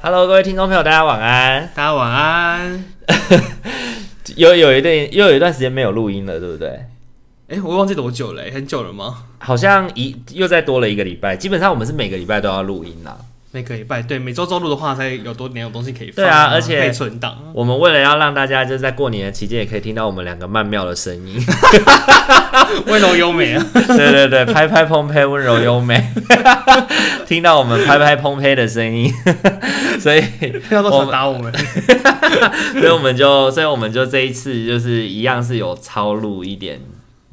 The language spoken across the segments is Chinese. Hello，各位听众朋友，大家晚安。大家晚安。有有一段又有一段时间没有录音了，对不对？哎、我忘记多久了、很久了吗？好像一又再多了一个礼拜。基本上我们是每个礼拜都要录音啦。每个礼拜对，每周周录的话，才有多点有东西可以对放、啊而且可以存档。我们为了要让大家就是在过年的期间也可以听到我们两个曼妙的声 音，温柔优 美啊，对对对，拍拍砰呸，温柔优美， 听到我们拍拍砰呸的声音， 所以要到我想们打我们。所以我们就，所以我们就这一次就是一样是有超录一点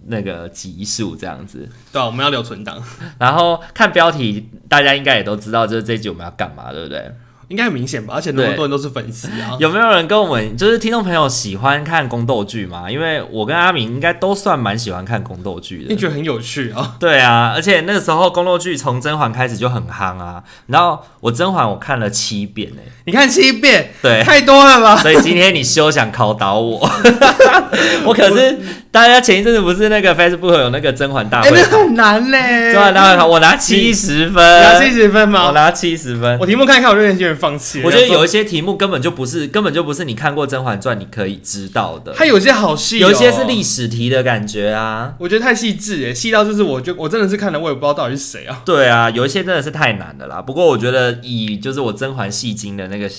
那个集数这样子。 对啊，我们要留存档，然后看标题，大家应该也都知道，就是这一集我们要干嘛，对不对？应该很明显吧？而且那么对多人都是粉丝 啊。有没有人跟我们，就是听众朋友喜欢看宫斗剧吗？因为我跟阿明应该都算蛮喜欢看宫斗剧你的。觉得很有趣啊？对啊，而且那个时候宫斗剧从甄嬛开始就很夯啊。然后我甄嬛我看了七遍呢、你看七遍，对，太多了 吧？所以今天你休想考倒 我，我可是大家前一阵子不是那个 Facebook 有那个甄嬛大哎、会，那很难嘞。甄嬛大会考我拿七十你要七分，十分我吗？拿七十分我。题目看一看，我就有点放弃了。我觉得有一些题目根本就不是，根本就不是你看过《甄嬛传》你可以知道的，它有些好戏、哦，有一些是历史题的感觉啊。我觉得太细致耶，细到就是我就我真的是看了，我也不知道到底是谁啊。对啊，有一些真的是太难了啦。不过我觉得以就是我甄嬛戏精的那 个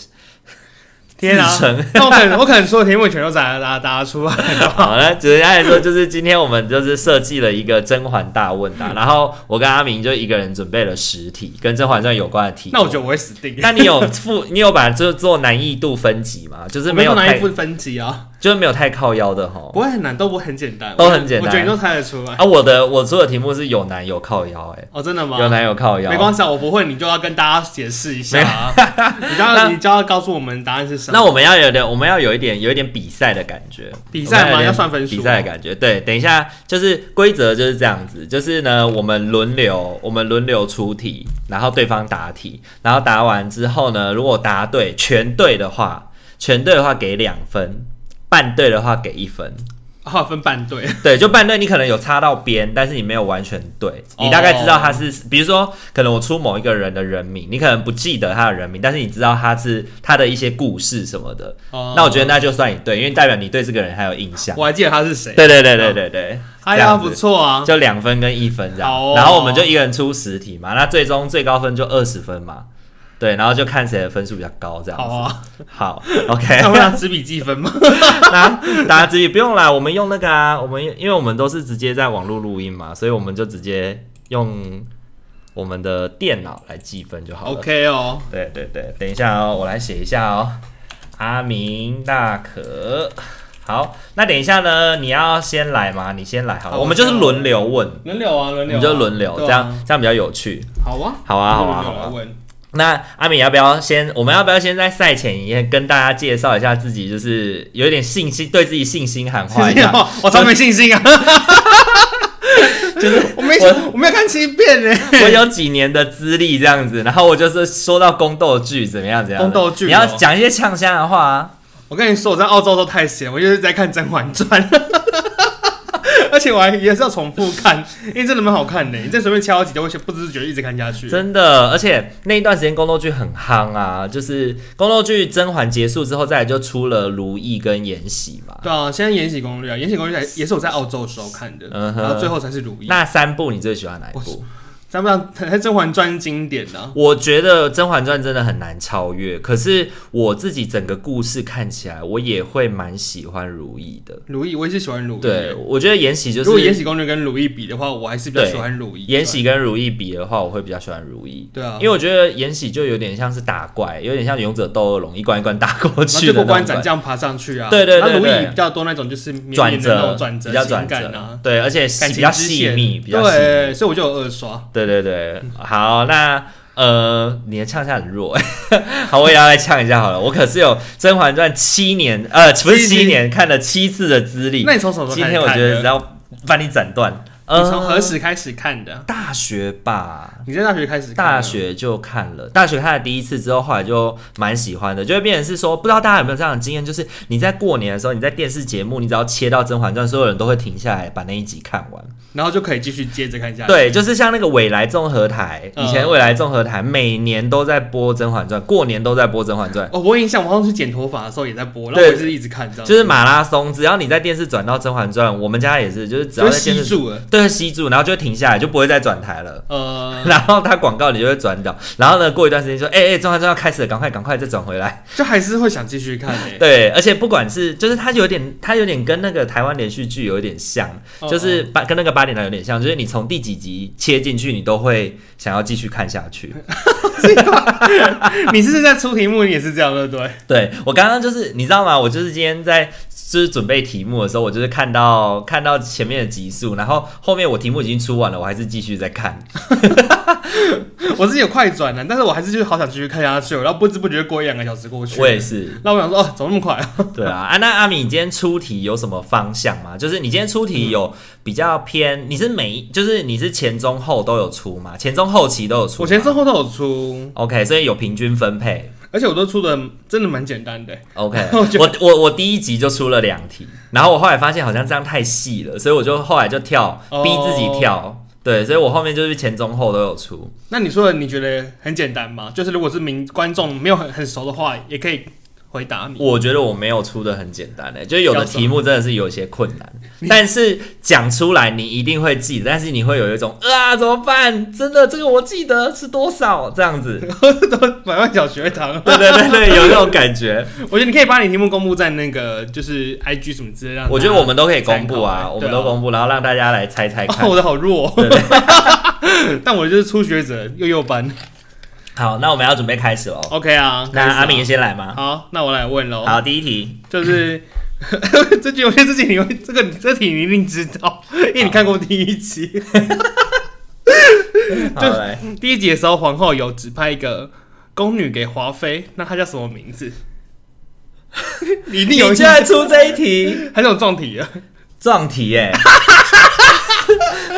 天啊自称， 那我可能我可能所有题目全都答答答出来了。好，那简单来说，就是今天我们就是设计了一个甄嬛大问 答，然后我跟阿明就一个人准备了十题跟《甄嬛传》有关的题。那我觉得，我会死定。那你有付，你有把这做难易度分级吗？就是 我没没有有拿太一，分分级啊，就是没有太靠腰的哈。不会很难，都不会很简单，都很简单我觉得你都猜得出来。啊，我的我做的题目是有难有靠腰、欸，哦，真的吗？有难有靠腰。没关系啊，我不会，你就要跟大家解释一下啊。 你就要你就要告诉我们答案是什么。那我们要有点，我们要有一点，有一点比赛的感觉。比我赛吗们有点要算分数吗比赛的感觉。对，等一下，就是规则就是这样子，就是呢，我们轮流，我们轮流出题，然后对方答题，然后答完之后呢，如果答对全对的话，全对的话给两分，半对的话给一分。好分半队，对，就半对，你可能有擦到边，但是你没有完全对，你大概知道他是哦比如说，可能我出某一个人的人名，你可能不记得他的人名，但是你知道他是他的一些故事什么的，哦 那我觉得那就算你对，因为代表你对这个人还有印象。我还记得他是谁。对对对对对对，哎这呀，样子不错啊，就两分跟一分这样，好哦然后我们就一个人出十题嘛，那最终最高分就二十分嘛，对，然后就看谁的分数比较高这样好子。 啊。好，OK，那我 们拿纸笔记分吗？那大家自己不用啦，我们用那个啊，我们因为我们都是直接在网络录音嘛，所以我们就直接用我们的电脑来计分就好了。 OK 哦，对对对，等一下哦，我来写一下哦。阿明大可，好，那等一下呢，你要先来吗？你先来好了，好我们我就是先来轮流问，轮流啊，轮我流们啊，就轮流，对啊这样这样比较有趣。好啊。好啊，好啊，轮好流来啊。问那阿敏要不要先？我们要不要先在赛前一夜跟大家介绍一下自己，就是有一点信心，对自己信心喊话一信心下。哦 我超没信 心啊！就是我没我我没有看七遍呢。我有几年的资历这样子，然后我就是说到宫斗剧怎么样怎么样的，宫斗剧哦你要讲一些呛香的话啊。我跟你说，我在澳洲都太闲，我就是在看《甄嬛传》 ，而且我还也是要重复看，因为真的蛮好看的。你再随便敲几集，我会不知不觉一直看下去。真的，而且那一段时间宫斗剧很夯啊，就是宫斗剧《甄嬛》结束之后，再来就出了《如懿》跟《延禧》嘛。对啊，现在《延禧攻略》啊，《延禧攻略》也是我在澳洲的时候看的，嗯哼然后最后才是《如懿》。那三部你最喜欢哪一我部？咱们讲《甄嬛传》经典啊，我觉得《甄嬛传》真的很难超越，可是我自己整个故事看起来，我也会蛮喜欢如懿的。《如懿》我也是喜欢《如懿》对，的。我觉得延禧就如果《延是禧攻略》跟《如懿》比的话，我还是比较喜欢《如懿》。延禧跟如懿比的话，我会比较喜欢如懿。对啊，因为我觉得延禧就有点像是打怪，有点像勇者斗恶龙，一关一关打过然后去就的过那关种斩感觉。将爬上去啊。对对对那如对懿比较多那种就是绵转绵的那折种转折比较情转感啊折，，对，而且感细情比较支细线嗯密，比较细。对，所以我就有二刷。对对对，好，那呃，你的呛下很弱、 欸，好，我也要来呛一下好了。我可是有《甄嬛传》七年，呃，不是七七年，看了七次的资历那。你从什么时候今开始天我看觉的得只要把你斩断，你从何呃时开始看的？大学吧，你在大学开始看的？大学就看了，大学看了第一次之后，后来就蛮喜欢的，就会变成是说，不知道大家有没有这样的经验，就是你在过年的时候，你在电视节目，你只要切到《甄嬛传》，所有人都会停下来把那一集看完。然后就可以继续接着看下去。，对，就是像那个未来综合台，嗯以前未来综合台每年都在播《甄嬛传》，过年都在播《甄嬛传》。哦，我有印象，我好像去剪头发的时候也在播，然后对我就是一直看这样子，就是马拉松，只要你在电视转到《甄嬛传》，我们家也是，就是只要就在是电吸视住了。对吸住，然后就会停下来，就不会再转台了。呃，然后它广告你就会转掉，然后呢，过一段时间说，哎、哎，甄嬛传》要开始了，赶快赶快再转回来。就还是会想继续看诶、 对，而且不管是就是它有点，它有点跟那个台湾连续剧有一点像，哦就是八跟那个八点档有点像，就是你从第几集切进去，你都会想要继续看下 去。你是在出题目，你也是这样，对不对？对我刚刚就是你知道吗？我就是今天在就是准备题目的时候，我就是看到看到前面的集数，然后后面我题目已经出完了，我还是继续在 看。我自己有快转了，但是我还是就是好想继续看下去哦，然后不知不觉过一两个小时过去。我也，是，那我想说，哦，怎么那么快啊？对啊。啊，那阿米，你今天出题有什么方向吗？就是你今天出题有比较偏，你是每一就是你是前中后都有出吗？前中后期都有出吗？我前中后都有出， OK，所以有平均分配。而且我都出的真的蛮简单的、 OK， 我觉我我我第一集就出了两题，然后我后来发现好像这样太细了，所以我就后来就跳，哦逼自己跳。对，所以我后面就是前中后都有出。那你说的你觉得很简单吗？就是如果是民观众没有很很熟的话，也可以回答你。我觉得我没有出的很简单的、欸就是有的要什么题目真的是有一些困难，但是讲出来你一定会记，但是你会有一种啊怎么办？真的这个我记得是多少这样子？百万小学堂，对对对对，有那种感觉。我觉得你可以把你题目公布在那个就是 IG 什么之类的。我觉得我们都可以公布参考啊，欸我们都 对啊公布，然后让大家来猜猜看哦，。我的好弱哦、对 但我就是初学者，幼幼班。好，那我们要准备开始喽。 OK 啊，那阿开明始先来吗啊，？好，那我来问喽。好，第一题，就是 这句，我觉得这题你会，这个这题你一定知道，因为你看过第一集。好来，第一集的时候，皇后有指派一个宫女给华妃，那她叫什么名字？你一定 你有居然出这一题，还是有撞题啊？撞题 耶、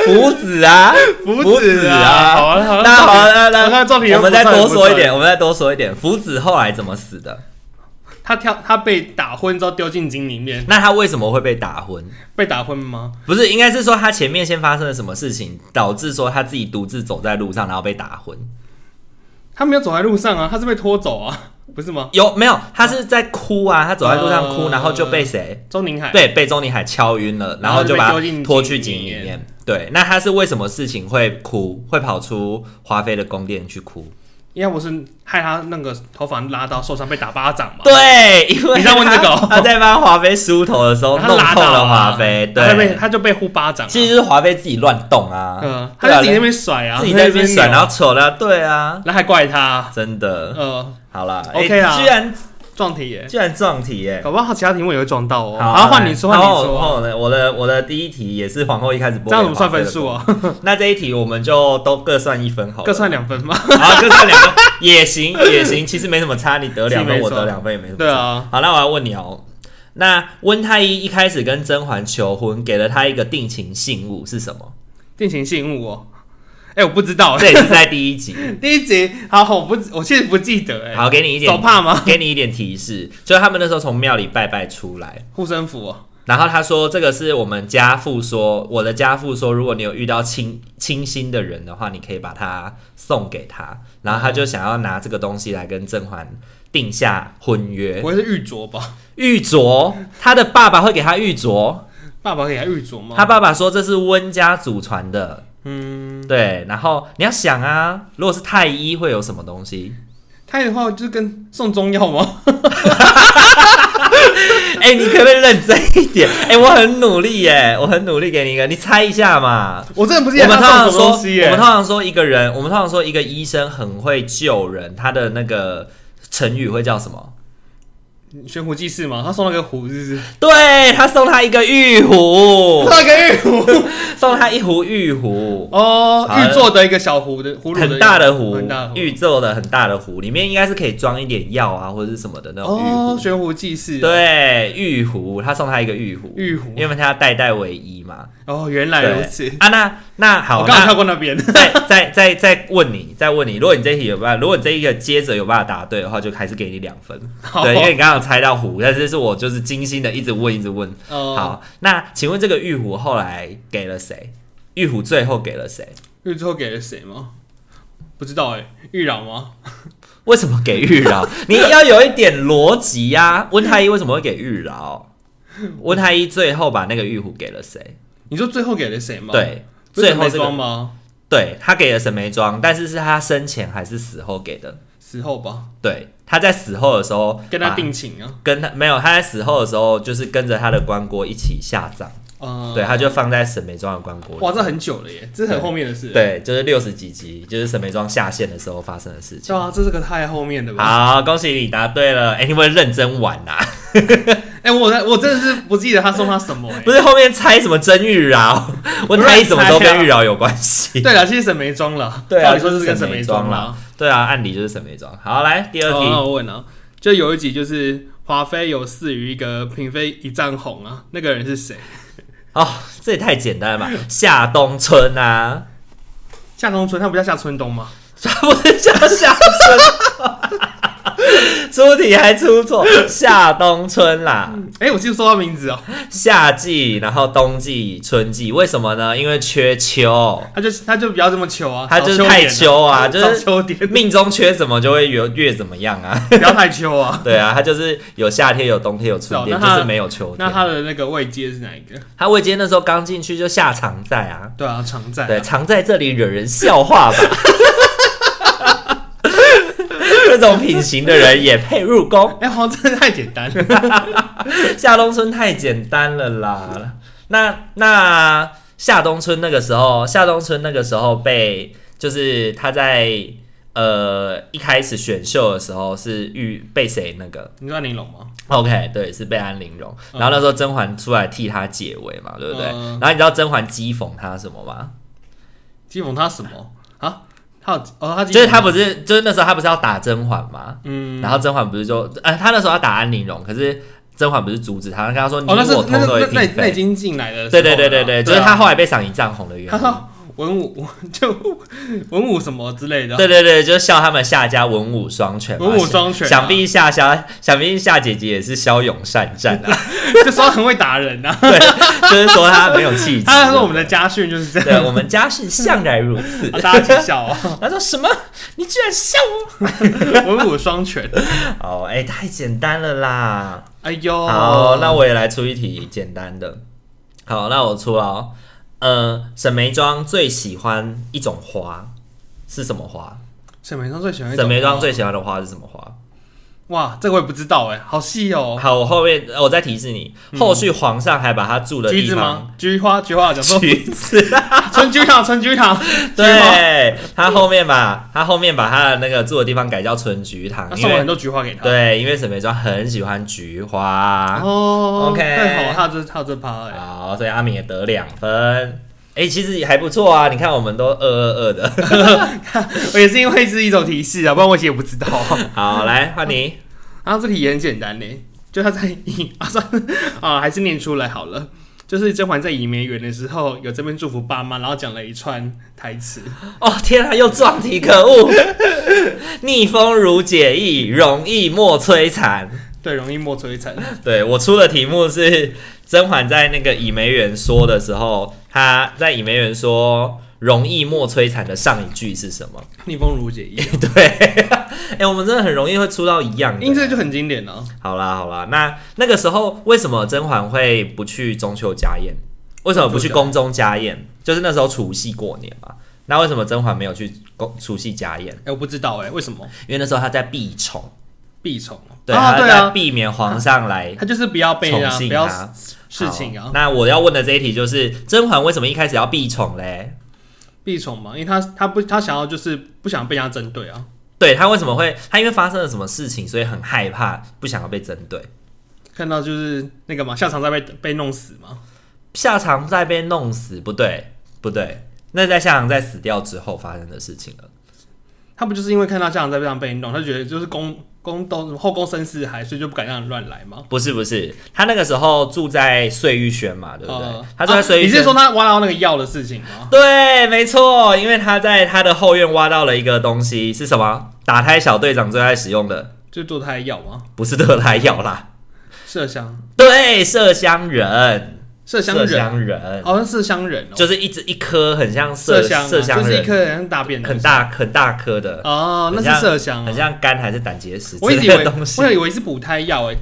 福子啊，福子啊，好啊，好啊，那好，那那那那撞题又我不们再算多说一，又点，我们再多说一点。福子后来怎么死的？不算她跳，她被打昏之后丢进井里面，那他为什么会被打昏？被打昏吗？不是，应该是说他前面先发生了什么事情，导致说他自己独自走在路上，然后被打昏。她没有走在路上啊，她是被拖走啊，不是吗？有没有？他是在哭啊，他走在路上哭，呃然后就被谁？周宁海，对，被钟宁海敲晕了，然然后后就就把被他丢进拖去井井里里面面。对，那他是为什么事情会哭，会跑出华妃的宫殿去哭？要不是害她那个头发拉到受伤被打巴掌嘛，对，因为你在问这个他哦他在帮华妃梳头的时候然弄后她拉痛到了啊华妃，然后她被对，她就被呼巴掌啊，其实就是华妃自己乱动啊，嗯，她对就啊，自己在那边甩啊，自己在那边甩，然扭后扯了，对啊，然后还怪她，真的，呃，好啦 OK 啊，啊居然撞题耶，居然撞题耶！搞不好其他题目也会撞到哦。来好，换你说，换然你后我说，我哦的我的我的第一题也是皇后一开始播，这样怎么算分数？啊？那这一题我们就都各算一分好了，各算两分吗？好，就算两分 也行，也行，其实没什么差，你得两分，是没我错得两分也没什么差。对啊，好，那我要问你哦，那温太医一开始跟甄嬛求婚，给了她一个定情信物是什么？定情信物哦。哎，我不知道，这也是在第一 集。第一集好，我不，我其实不记得，哎，好，给你一手点，帕吗？给你一点提示，就是他们那时候从庙里拜拜出来。护身符哦，然后他说：“这个是我们家父说，我的家父说，如果你有遇到清清新的人的话，你可以把它送给他。”然后他就想要拿这个东西来跟甄嬛定下婚约。不会是玉镯吧？玉镯，他的爸爸会给他玉镯，爸爸给他玉镯吗？他爸爸说这是温家祖传的，嗯，对。然后你要想啊，如果是太医会有什么东西？他的话就是跟送中药吗？ 哎、你可不可以认真一点？哎、我很努力耶、我很努力给你一个，你猜一下嘛。我真的不记我得们通他常送什么说，东西耶、我们通常说一个人，我们通常说一个医生很会救人，他的那个成语会叫什么？悬壶济世嘛，他送了个壶，是不是？对他送他一个玉壶，那个玉壶送他一壶玉壶，哦，好玉做的一个小壶的葫芦，很大的壶很大的，壶玉做的很大的壶，里面应该是可以装一点药啊或者是什么的那种玉哦，壶。悬壶济世，，对，玉壶，他送他一个玉壶，玉壶因为他代代为一嘛。哦，原来对如此，啊，那那好，我刚好那跳过那边， 再再再再问你，再问你，如果你这一题有办法，如果你这一个接着有办法答对的话，就还是给你两分。好对，因为你刚刚有猜到虎，但是是我就是精心的一直问一直问。哦，好，那请问这个玉虎后来给了谁？玉虎最后给了谁？玉最后给了谁吗？不知道哎、玉娆吗？为什么给玉 娆？你要有一点逻辑呀。温太医为什么会给玉娆？温太医最后把那个玉虎给了谁？你说最后给了谁吗？，对，最最后后这装个吗？对他给了沈眉庄，但是是他生前还是死后给的？死后吧，对，他在死后的时候跟他把定情啊，跟他没有，他在死后的时候就是跟着他的棺椁一起下葬，嗯，对，他就放在沈眉庄的棺椁里。哇，这很久了耶，这是很后面的事，，对，就是六十几集，就是沈眉庄下线的时候发生的事情。对啊，这是个太后面的吧？好，恭喜你答对了。哎、你们认真玩啊呐、哎、我我真的是不记得他送他什么 哎、不是后面猜什么真玉娆，我猜什么时候跟玉娆有关系？对了，其实沈眉庄了，对啊照理说是跟就是沈沈眉眉庄庄啦啦。对啊，按理就是沈眉庄。好，来第二哦那题，我问啊，就有一集就是华妃有赐予一个嫔妃一丈红啊，那个人是谁？哦，这也太简单了吧？夏冬春啊， 夏冬春，他不叫夏春冬吗？不是叫夏春，啊 出题还出错，夏冬春啦，哎、我记得说他名字哦、夏季，然后冬季、春季，为什么呢？因为缺秋，他就他就不要这么求啊，他就是找太哦秋秋啊，点就找是秋点， 命中缺什么就会越越怎么样啊？不要太秋啊。 对啊，他就是有夏天、有冬天、有春天，哦就那他是没有秋那天。他的那个位阶是哪一个？他魏坚那时候刚进去就下常在啊，对啊，常在、对，啊。常在这里惹人笑话吧。 这种品行的人也配入宫？哎、好，真的太简单了。 夏冬春太简单了啦。那那夏冬春那个时候，夏冬春那个时候被就是他在呃一开始选秀的时候是遇被谁那个你说玲珑吗？ ？OK，对，是被安陵容。嗯然后那时候甄嬛出来替他解围嘛，对不对？嗯然后你知道甄嬛讥讽他什么吗？讥讽他什么啊？他有哦，他就是他不是，就是那时候他不是要打甄嬛吗？嗯，然后甄嬛不是就呃，他那时候要打安陵容，可是甄嬛不是阻止他，跟他说你哦，那是我那嗯同为那嫔那那啊已妃。经进来了。对对对对对，就是他他后来被赏一丈红的原他因。说文武就文武什么之类的，对对对，就是笑他们夏家文武双全嘛，文武双全啊想必夏夏，想必夏姐姐也是骁勇善战啊。 就说很会打 人呐。对，就是说她没有 气质。啊他说我们的家训就是这对样，我们家是向来如 此啊。大家一起笑啊，他说什么？你居然笑文武双全。我？哦，哎，太简单了啦。哎呦，好，那我也来出一题简单的。好，那我出了、哦。呃，沈眉庄最喜欢一种花是什么花？沈眉庄最喜欢一种沈眉庄花最喜欢的花是什么花？哇，这个我也不知道哎，好细哦。好，我后面呃我再提示你，嗯后续皇上还把他住的橘地子方吗？菊花，菊花，讲说 橘子，春菊堂，春菊堂，菊花，对他后面把他后面把他的那个住的地方改叫纯菊堂他，因啊送了为很多菊花给他。对，因为沈眉庄很喜欢菊花，哦 OK 对吼，他有这他有这趴哎，好，所以阿敏也得两分。哎、其实也还不错啊！你看，我们都二二二的。我也是因为是一种提示啊，不然我其实也不 知道。好，来换你。然后这题也很简单呢，就他在以啊算了啊，还是念出来好了。就是甄嬛在倚梅园的时候，有这边祝福爸妈，然后讲了一串台词。哦，天啊，又撞题，可恶！ 逆风如解意，容易莫摧残。对，容易墨摧残。对我出的题目是甄嬛在那个倚梅园说的时候，她在倚梅园说“容易莫摧残”的上一句是什么？ 逆风如解意，对，哎、我们真的很容易会出到一样因为这的。就很经典了。好啦好啦，那那个时候为什么甄嬛会不去中秋家宴？为什么不去宫中家宴？就是那时候除夕过年嘛。那为什么甄嬛没有去宫除夕家宴？哎，我不知道哎，为什么因为那时候她在避宠。避宠？对，啊，他对在啊，避免皇上来他就是不要被宠啊，不幸要他事情好啊，那我要问的这一题就是，甄嬛为什么一开始要避宠嘞？避宠嘛，因为他他不他想要就是不想被人家针对啊。对他为什么会他因为发生了什么事情，所以很害怕，不想要被针对，看到就是那个嘛，下场再被被弄死嘛。下场在被弄死，不对不对，那在下场在死掉之后发生的事情了。他不就是因为看到家长在这样被弄，他就觉得就是公公都后宫深似海，所以就不敢让人乱来嘛。不是不是，他那个时候住在碎玉轩嘛，对不对？呃他住在啊碎玉你轩、是说他挖到那个药的事情吗？对，没错，因为他在他的后院挖到了一个东西，是什么？打胎小队长最爱使用的，就堕胎药吗？不是特来药啦，麝香，对，麝香人，麝香麝人，香人，好像麝香人哦，就是一直一颗很像麝麝香啊，麝香就是一人，颗很像大便的东很西大很大颗的，哦，那是麝香很啊。像肝还是胆结石之我一直类以的为东西我，以为是补胎药哎，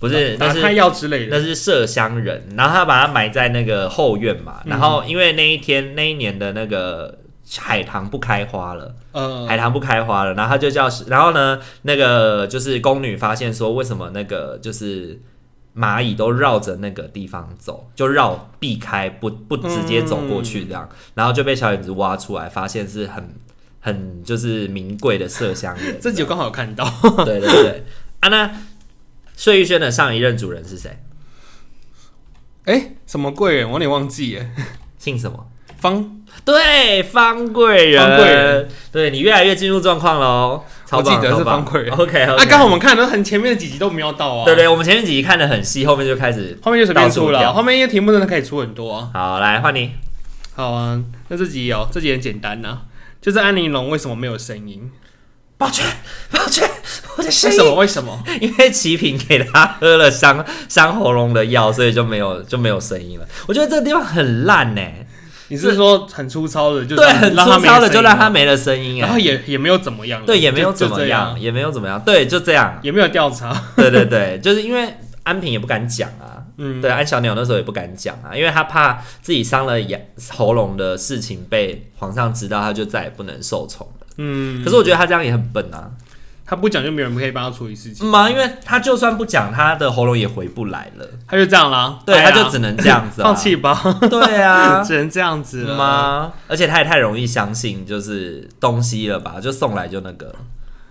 不是，打那是胎药之类的那是麝香人，然后他把它埋在那个后院嘛，然后因为那一天那一年的那个海棠不开花了，呃海棠不开花了，然后他就叫，然后呢，那个就是宫女发现说，为什么那个就是蚂蚁都绕着那个地方走，就绕避开，不不直接走过去这样，然后就被小眼子挖出来，发现是很很就是名贵的麝香人，这集我刚好有看 到，对对对，啊那碎玉轩的上一任主人是谁？哎，什么贵人我有点忘记哎，姓什么？方对，方贵人，方贵人对你越来越进入状况喽。超棒我记得是超棒方贵人 OK，啊，刚好我们看的很前面的几集都没有到啊，对对，我们前面几集看的很细，后面就开始后面就随便出到处了，掉后面因为题目真的可以出很多啊。好来换你。好啊，那这集哦，这集很简单呐、就是安玲珑为什么没有声音？抱歉，抱歉，我的为什么？为什么？因为齐平给他喝了伤伤喉咙的药，所以就没有就没有声音了。我觉得这个地方很烂呢、你是说很粗糙的，就对，让很让他粗没糙的声音就让他吗，没了声音然后哎、也也没有怎么样，啊对，也没有就就怎么这样，也没有怎么样，对，就这样。也没有调查， 对对对，就是因为安平也不敢讲啊，嗯，对，安小鸟那时候也不敢讲啊，因为他怕自己伤了牙喉咙的事情被皇上知道，他就再也不能受宠了。嗯，可是我觉得他这样也很笨啊，他不讲就没有人可以帮他处理事情，嗯啊，因为他就算不讲，他的喉咙也回不来了，他就这样啦，对，哎呀他就只能这样子、啊， 放，弃吧，对啊。只能这样子了？吗？而且他也太容易相信就是东西了吧，就送来就那个，哦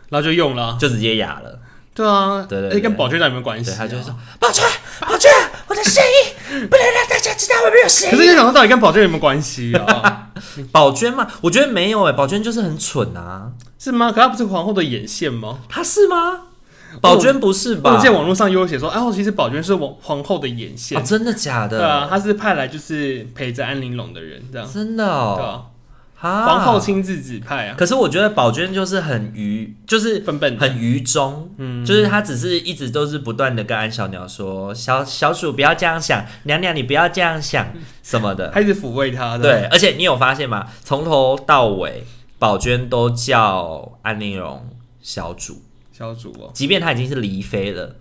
然后就用了，就直接哑了。对啊，对对哎对跟保全长有没有关系对，啊？他就说抱歉，抱歉，我的声音不能让大家知道我没有声可是就想说到底跟保全有没有关 系啊？宝娟嘛，我觉得没有哎、宝娟就是很蠢啊，是吗？可他不是皇后的眼线吗？她是吗？宝娟不是吧？哦我见网络上又有写说，啊，其实宝娟是皇皇后的眼线啊，，真的假对的？啊，她是派来就是陪着安玲珑的人，这样，真的对哦，啊，啊皇后亲自指派啊，可是我觉得宝娟就是很愚，就是笨笨的，很愚忠，嗯，就是她只是一直都是不断的跟安小鸟说，小小鼠不要这样想，娘娘你不要这样想什么 的。她一直抚慰她的，对，而且你有发现吗？从头到尾，宝娟都叫安陵容小主，小主哦，即便她已经是离妃了，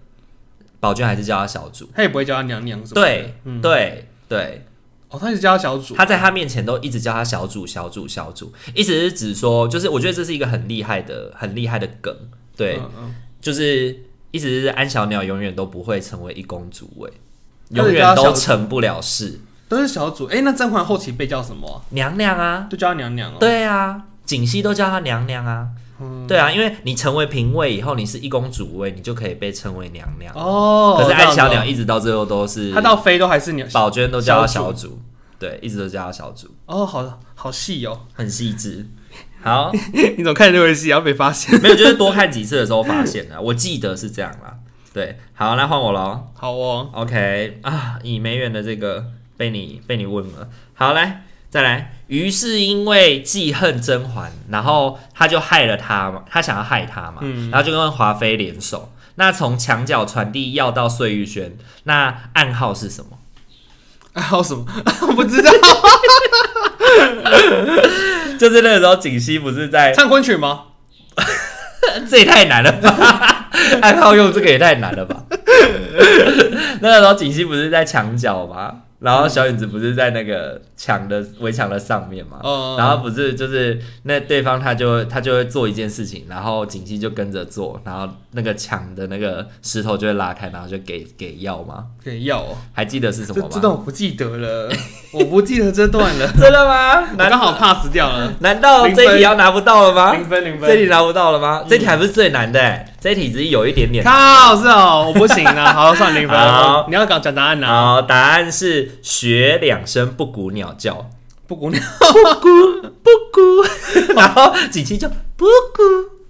宝娟还是叫她小主。她也不会叫她娘娘什么，，对，嗯对，对，哦，她一直叫她小主，他在他面前都一直叫他小主、小主、小主，意思是指说，就是我觉得这是一个很厉害的、很厉害的梗，对，嗯，嗯就是意思是安小鸟永远都不会成为一公主位，他永就叫远她小主都成不了事，都是小主，哎，那甄嬛后期被叫什么啊？娘娘啊，就叫她娘娘哦，对啊，槿汐都叫她娘娘啊，嗯对啊，因为你成为嫔位以后，你是一公主位，你就可以被称为娘娘，哦，可是安小这鸟样子一直到最后都是哦，她到妃都还是娘，宝娟都叫她小小主，对，一直都叫她小主，哦，好好细哦，很细致。好， 你总看这回戏，然后被发现， 没有，就是多看几次的时候发现的。我记得是这样啦。对，好，那换我喽。好哦， OK 啊，以梅园的这个被你被你问了。好，来再来。于是因为记恨甄嬛，然后他就害了她嘛，他想要害她嘛，然后就跟华妃联手。那从墙角传递药到碎玉轩，那暗号是什么？ 啊，还有什么？ 我不知道，就是那个时候槿汐不是在，唱昆曲 吗？这也太难了吧？暗号用这个也太难了吧？那个时候槿汐不是在墙角吗？然后小影子不是在那个墙的围墙的上面嘛，哦然后不是就是那对方他就他就会做一件事情，然后景熙就跟着做，然后那个墙的那个石头就会拉开，然后就给给药嘛，可以要哦。还记得是什这么这吗？段我不记得了， 我不记得这段 了，真的吗？我难刚好 pass 掉了，难道零这分一题要拿不到了吗零？分嗯零这一分。题拿不到了吗？这一题还不是最难的、欸，这一题只是有一点点。靠，是哦，我不行 了，好算零分。好你要讲讲答案啊，好，答案是学两声布谷鸟叫，布谷鸟，布谷布谷， 然后景熙就布谷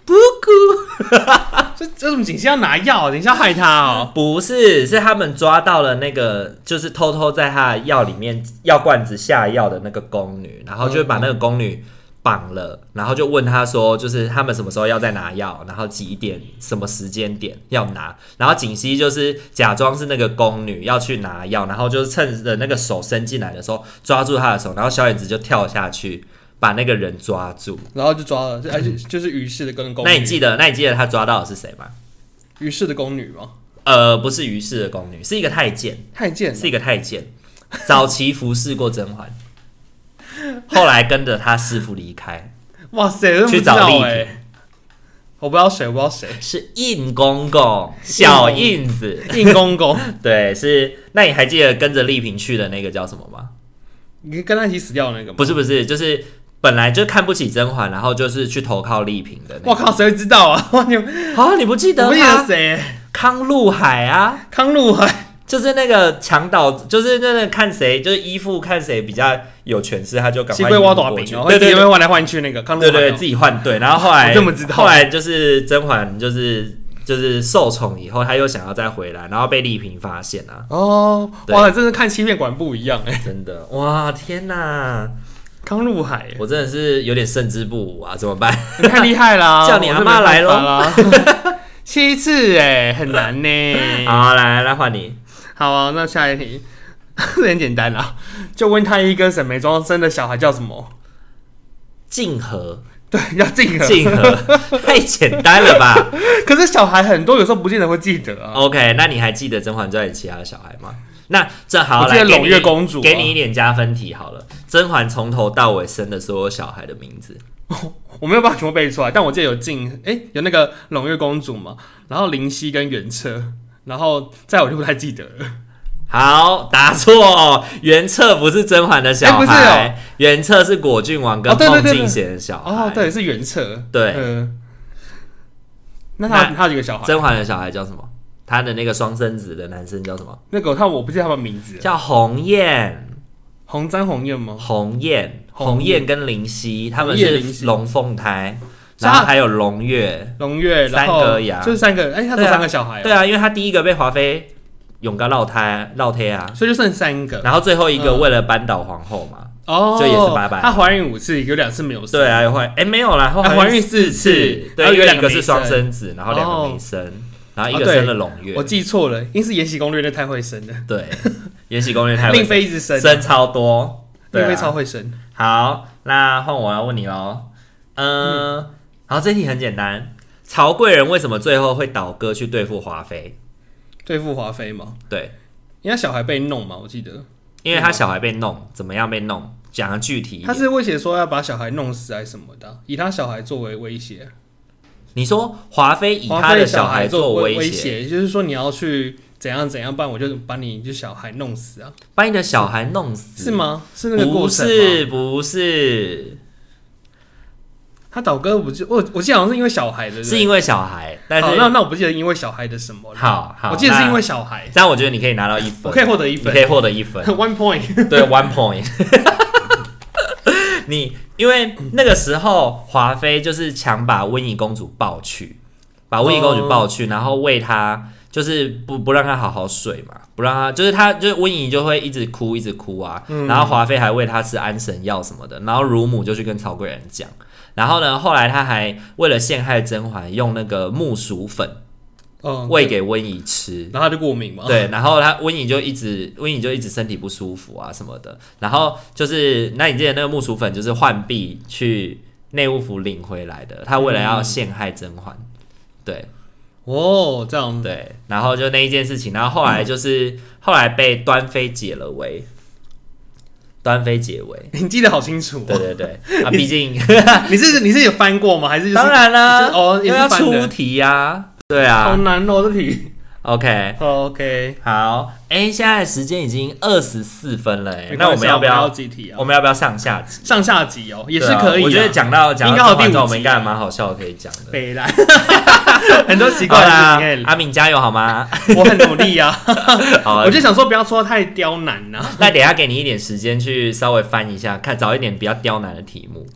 布谷， 这这种景熙要拿药，等一下害他哦。不是，是他们抓到了那个，就是偷偷在他的药里面药罐子下药的那个宫女，然后就把那个宫女绑了，然后就问他说，就是他们什么时候要再拿药，然后几点什么时间点要拿，然后锦溪就是假装是那个宫女要去拿药，然后就是趁着那个手伸进来的时候抓住他的手，然后小眼子就跳下去把那个人抓住。然后就抓 了，就而且就是于氏的跟宫女，那你记得，那你记得他抓到的是谁吗？于氏的宫女吗？呃，不是于氏的宫女，是一个太监。太监了，是一个太监，早期服侍过甄嬛，后来跟着他师傅离开，哇塞，我都不去知找丽道嫔哎、我不知道谁，我不知道 谁，是印公公小印子。硬公公，对，是。那你还记得跟着丽嫔去的那个叫什么吗？你跟他一起死掉的那个吗？不是不是，就是本来就看不起甄嬛，然后就是去投靠丽嫔的、那个。我靠，谁会知道啊？ 我你啊，你不记我得不记得吗？谁、康禄海啊。康禄海，就是那个墙倒，就是那个看谁就是依附看谁比较有权势，他就赶七快龟挖移大过去饼哦，对会对直对接，换来换去那个康禄海对哦、对，对自己换队，然后后来 我怎么知道后来就是甄嬛就是就是受宠以后，她又想要再回来，然后被丽嫔发现 啊，哦，对哇，真的看欺骗馆不一样哎、真的哇天哪，康 禄海、我真的是有点胜之不武啊，怎么 办？你太厉害 啦，叫你阿嬷来咯咯。 七次哎、很难呢、 好，来来换你，好啊，那下一题，这很简单啦，就问太医跟沈眉庄生的小孩叫什么？静 和对，要静和。静和，太简单了吧可是小孩很多，有时候不见得会记得啊。 ？OK，那你还记得《甄嬛传》里其他的小孩吗？那正好我记来得给胧你月公主啊给你一点加分题好了。甄嬛从头到尾生的所有小孩的名字，我没有办法全部背出来，但我记得有静，哎、有那个胧月公主嘛，然后灵犀跟元彻，然后再我就不太记得 了。好，答错。元彻不是甄嬛的小哎不是孩，元彻是果郡王跟哦对对孟对静对娴的小孩。哦，对，是元彻。对嗯那他那他有几个小孩？甄嬛的小孩叫什么？他的那个双生子的男生叫什么？那个我看我不记得他们名字，叫鸿雁，红簪红艳吗？鸿雁，鸿雁鸿雁跟灵犀，他们鸿雁灵是犀龙凤胎，所以然他后还有胧月。胧月，然后三个呀就是三个，哎、他只对有啊三个小孩、哦对啊，因为他第一个被华妃永刚绕胎绕胎啊，所以就剩三个。然后最后一个嗯为了扳倒皇后嘛。哦，就也是八百她怀孕五次，有两次没有生。对啊，有怀哎、没有啦，后啊怀孕四四次然对，后因有为两一个个是没双生生子，然后两个哦没生，然后一啊个对生了胧月我，记错了，应是《延禧攻略》那太会生了，对，延禧攻略太令会妃一直生，生超多，对令妃啊、超会生。好，那换我要问你喽，嗯，好，这题很简单，曹贵人为什么最后会倒戈去对付华妃？对付华妃嘛，对，因为她小孩被弄嘛，我记得因为他小孩被弄，怎么样被弄？讲的具体一嗯他点。是威胁说要把小孩弄死还是什么的啊，以他小孩作为威胁，你说华妃以华他妃的小孩作做威威胁，胁，就是说你要去怎样怎样办，我就把你就小孩弄死啊，把你的小孩弄死？是？吗？是那个过嗯不程吗？是，不是。他倒戈不是我，我记得好像是因为小孩的，对不对是因为小孩，但是好那那我不记得因为小孩的什么了，好好我记得是那因为小孩，这样我觉得你可以拿到一分，我可以获得一你分可以获得一分， ，one point，对，one point。你因为那个时候华妃就是强把温宜公主抱去，把温宜公主抱去，然后喂她，就是不不让她好好睡嘛，不让她就是她就是温宜就会一直哭一直哭啊，嗯然后华妃还喂她吃安神药什么的，然后乳母就去跟曹贵人讲，然后呢后来她还为了陷害甄嬛，用那个木薯粉嗯，喂给温宜吃，然后他就过敏嘛，对，然后他温颖就一直温颖就一直身体不舒服啊什么的，然后就是那你记得那个木薯粉就是浣碧去内务府领回来的，他为了嗯要陷害甄嬛，对哦，这样对，然后就那一件事情，然后后来就是、后来被端妃解了围，端妃结尾。 你记得好清楚、对哦。对 对，啊，毕竟你是你是有翻过吗？还是、就是、 当然啦，就是哦因也是为要翻的出题呀、对好啊难哦，这题。 ，OK， OK，好，哎、现在时间已经二十四分了、哎，那我没关们要系啊我不们要？几题啊我？们要不要上下集？上下集哦，也是对啊可以啊。我觉得讲到讲应该到有甄嬛第五传，我们应该集啊还蛮好笑的可以讲的。北来，很多奇怪好的啦事情，可阿敏加油好 吗？以我很努力啊。 好啊，我就想说不要说太刁难啊呐、 那等一下给你一点时间去稍微翻一下，看找一点比较刁难的题 目。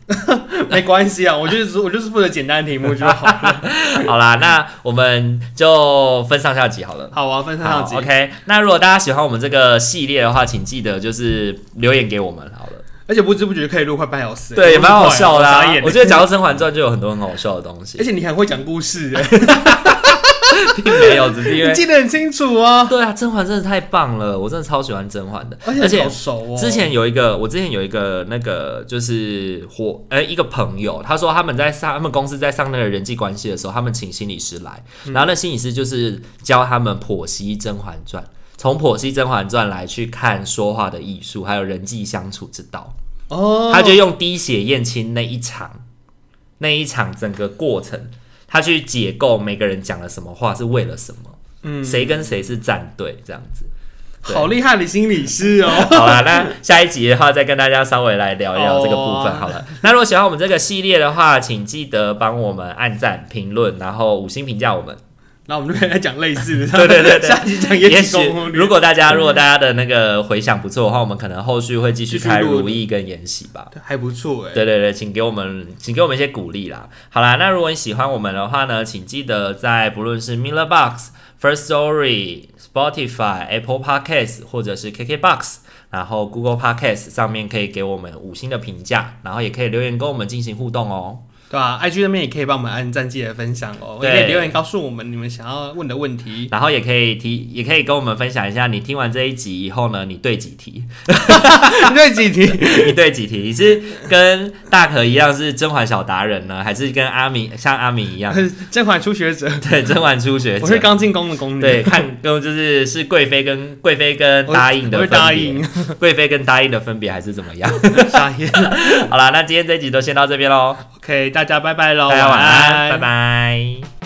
没关系啊，我就是我就是负责简单的题目就好 了。好啦，那我们就分上下集好了。好啊，分上好下集。 ，OK。那如果大家喜欢我们这个系列的话，请记得就是留言给我们好了。而且不知不觉可以录快半小时，对，也蛮好笑的、我啊傻眼。我觉得讲到《甄嬛传》就有很多很好笑的东 而西，且你很会讲 故事、哎并没有，只是因你为记得很清楚哦，对啊，甄嬛真的太棒了，我真的超喜欢甄嬛的，而且好熟哦。之前有一个，我之前有一个那个就是伙呃一个朋友，他说他们在上他们公司在上那个人际关系的时候，他们请心理师来，嗯然后那心理师就是教他们剖析《甄嬛传》，从剖析《甄嬛传》来去看说话的艺术，还有人际相处之道。哦，他就用滴血验亲那一场，那一场整个过程，他去解构每个人讲了什么话是为了什么，嗯，谁跟谁是战队这样子。对好厉害的心理师 哦。好啦，那下一集的话再跟大家稍微来聊一聊这个部分哦好了。那如果喜欢我们这个系列的话，请记得帮我们按赞、评论，然后五星评价我 们。那我们就可以来讲类似的，对对对对 下集讲也延许禧攻略如。果大家嗯如果大家的那个回响不错的话，我们可能后续会继续继续开录如意跟延禧吧。还不错哎、对对对，请给我们，请给我们一些鼓励啦。好啦，那如果你喜欢我们的话呢，请记得在不论是 Miller Box、First Story、Spotify、Apple Podcasts 或者是 KKBox，然后 Google Podcasts 上面可以给我们五星的评价，然后也可以留言跟我们进行互动哦。对吧、i g 那边也可以帮我们按赞，记得分享哦，对也可以留言告诉我们你们想要问的问 题。然后也可以提，也可以跟我们分享一下，你听完这一集以后呢，你对几题？ 对几题？ 你对几题？你是跟大可一样是甄嬛小达人呢，还是跟阿明像阿明一样这款初学者，对甄嬛初学者？我是刚进宫的宫女。对，看跟就是是贵妃跟贵妃跟我答应的我分会别，哦答应，贵妃跟答应的分别还是怎么样？ 答应。好啦，那今天这集都先到这边喽， OK，大家拜拜喽，大家晚安，拜拜